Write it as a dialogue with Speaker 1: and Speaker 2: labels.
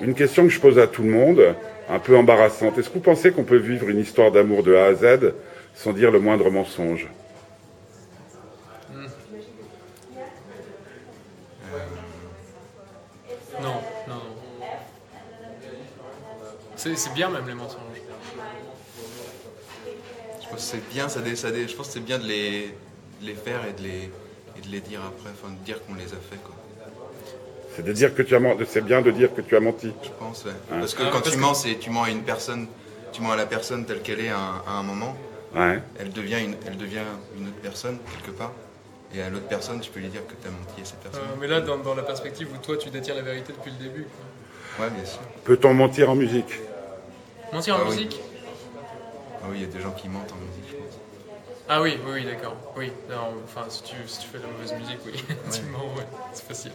Speaker 1: Une question que je pose à tout le monde, un peu embarrassante. Est-ce que vous pensez qu'on peut vivre une histoire d'amour de A à Z sans dire le moindre mensonge
Speaker 2: Non, non, non. C'est c'est bien même les mensonges.
Speaker 3: Je pense que c'est bien, ça, dé- ça dé- je pense que c'est bien de les, de les faire et de les, et de les dire après, enfin de dire qu'on les a fait quoi.
Speaker 1: C'est de dire que tu as menti, c'est bien de dire que tu as menti.
Speaker 3: Je pense, ouais.
Speaker 1: Hein.
Speaker 3: Parce que
Speaker 2: Ah,
Speaker 3: quand
Speaker 2: parce
Speaker 3: tu
Speaker 2: que-
Speaker 3: mens, c'est tu mens à une personne, tu mens à la personne telle qu'elle est à un, à un moment,
Speaker 1: Ouais.
Speaker 3: elle devient une, elle devient une autre personne quelque part. Et à l'autre personne, tu peux lui dire que t'as menti à cette
Speaker 2: Euh,
Speaker 3: personne.
Speaker 2: mais là, dans, dans la perspective où toi tu détires la vérité depuis le début. quoi.
Speaker 3: Ouais, bien sûr.
Speaker 1: Peut-on mentir en musique
Speaker 2: Mentir en
Speaker 3: Ah oui.
Speaker 2: musique
Speaker 3: Ah oui, il y a des gens qui mentent en musique, je pense.
Speaker 2: Ah oui, oui, oui, d'accord. Oui, Non, enfin, si tu, si tu fais de la mauvaise musique, oui. tu mens, ouais. C'est facile.